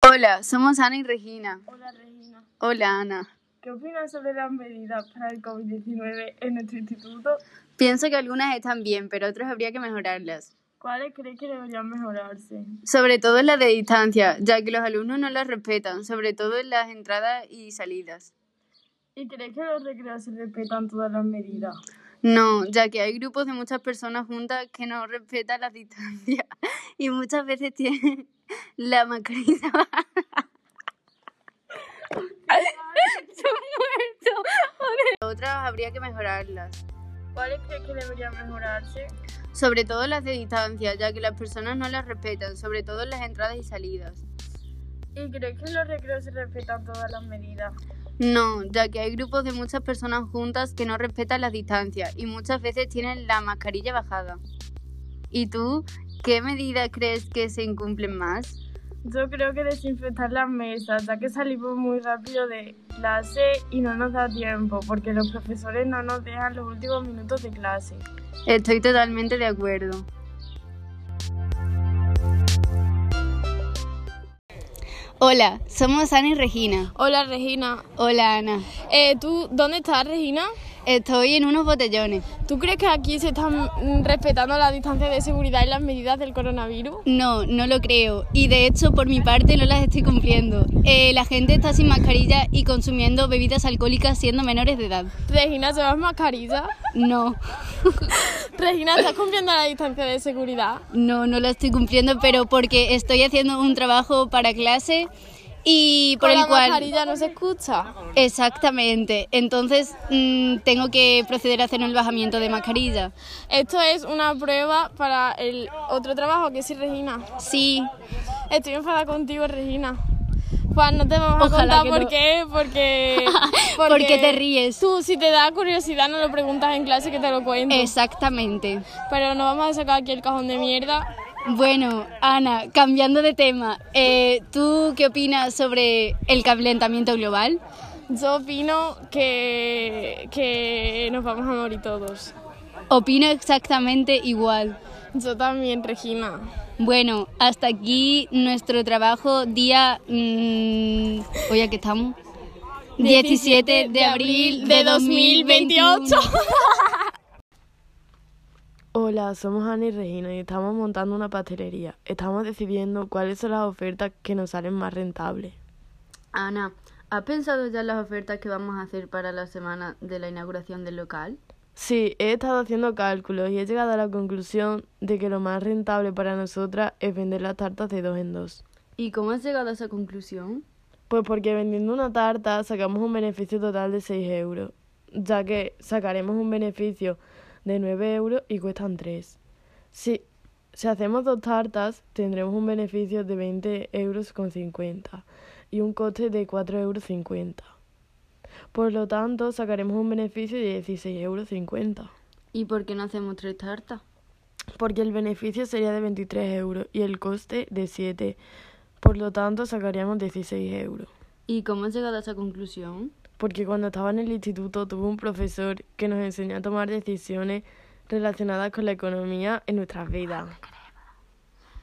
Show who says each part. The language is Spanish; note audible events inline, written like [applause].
Speaker 1: Hola, somos Ana y Regina.
Speaker 2: Hola Regina,
Speaker 1: Hola, Ana.
Speaker 2: ¿qué opinas sobre las medidas para el COVID-19 en nuestro instituto?
Speaker 1: Pienso que algunas están bien, pero otras habría que mejorarlas.
Speaker 2: ¿Cuáles crees que deberían mejorarse?
Speaker 1: Sobre todo la de distancia, ya que los alumnos no las respetan, sobre todo en las entradas y salidas.
Speaker 2: ¿Y crees que los recreos se respetan todas las medidas?
Speaker 1: No, ya que hay grupos de muchas personas juntas que no respetan las distancias [laughs] y muchas veces tienen [laughs] la mascarilla. [laughs]
Speaker 2: [laughs]
Speaker 1: baja. Son muertos. Joder. Otras habría que mejorarlas.
Speaker 2: ¿Cuáles crees que deberían mejorarse?
Speaker 1: Sobre todo las de distancia, ya que las personas no las respetan, sobre todo en las entradas y salidas.
Speaker 2: ¿Y crees que en los recreos se respetan todas las medidas?
Speaker 1: No, ya que hay grupos de muchas personas juntas que no respetan las distancias y muchas veces tienen la mascarilla bajada. ¿Y tú qué medidas crees que se incumplen más?
Speaker 2: Yo creo que desinfectar las mesas, ya que salimos muy rápido de clase y no nos da tiempo, porque los profesores no nos dejan los últimos minutos de clase.
Speaker 1: Estoy totalmente de acuerdo. Hola, somos Ana y Regina.
Speaker 2: Hola Regina, Eh,
Speaker 1: Hola Ana,
Speaker 2: ¿tú dónde estás Regina?
Speaker 1: estoy en unos botellones.
Speaker 2: ¿Tú crees que aquí se están respetando la distancia de seguridad y las medidas del coronavirus?
Speaker 1: No, no lo creo. Y de hecho, por mi parte, no las estoy cumpliendo. Eh, la gente está sin mascarilla y consumiendo bebidas alcohólicas siendo menores de edad.
Speaker 2: Regina, ¿llevas mascarilla?
Speaker 1: No,
Speaker 2: Regina, ¿estás cumpliendo la distancia de seguridad?
Speaker 1: no, no la estoy cumpliendo, pero porque estoy haciendo un trabajo para clase y por
Speaker 2: Con
Speaker 1: el
Speaker 2: la
Speaker 1: cual...
Speaker 2: mascarilla no se escucha.
Speaker 1: Exactamente. Entonces, mm, tengo que proceder a hacer un bajamiento de mascarilla.
Speaker 2: Esto es una prueba para el otro trabajo que sí, Regina.
Speaker 1: Sí,
Speaker 2: Estoy enfadada contigo, Regina. Pues no te vamos a
Speaker 1: Ojalá
Speaker 2: contar
Speaker 1: que
Speaker 2: por
Speaker 1: no.
Speaker 2: qué, porque,
Speaker 1: [laughs] ¿Por qué te ríes?
Speaker 2: Tú, si te da curiosidad, no lo preguntas en clase que te lo cuento.
Speaker 1: exactamente.
Speaker 2: Pero no vamos a sacar aquí el cajón de mierda.
Speaker 1: Bueno, Ana, cambiando de tema, eh, ¿tú qué opinas sobre el calentamiento global?
Speaker 2: Yo opino que, que nos vamos a morir todos.
Speaker 1: Opino exactamente igual.
Speaker 2: Yo también, Regina.
Speaker 1: Bueno, hasta aquí nuestro trabajo día... mm, ¿Hoy a qué estamos? 17 de abril de 2028.
Speaker 3: Hola, somos Ana y Regina y estamos montando una pastelería. Estamos decidiendo cuáles son las ofertas que nos salen más rentables.
Speaker 4: Ana, ¿has pensado ya en las ofertas que vamos a hacer para la semana de la inauguración del local?
Speaker 3: Sí, he estado haciendo cálculos y he llegado a la conclusión de que lo más rentable para nosotras es vender las tartas de dos en dos.
Speaker 4: ¿Y cómo has llegado a esa conclusión?
Speaker 3: Pues porque vendiendo una tarta sacamos un beneficio total de 6 euros, ya que sacaremos un beneficio de 9 euros y cuestan 3. Si, si hacemos dos tartas tendremos un beneficio de 20 euros con 50 y un coste de 4 euros 50. Por lo tanto, sacaremos un beneficio de 16 euros 50,
Speaker 4: ¿Y por qué no hacemos tres tartas?
Speaker 3: porque el beneficio sería de 23 euros y el coste de 7. Por lo tanto, sacaríamos 16 euros.
Speaker 4: ¿Y cómo has llegado a esa conclusión?
Speaker 3: porque cuando estaba en el instituto tuve un profesor que nos enseñó a tomar decisiones relacionadas con la economía en nuestras vidas.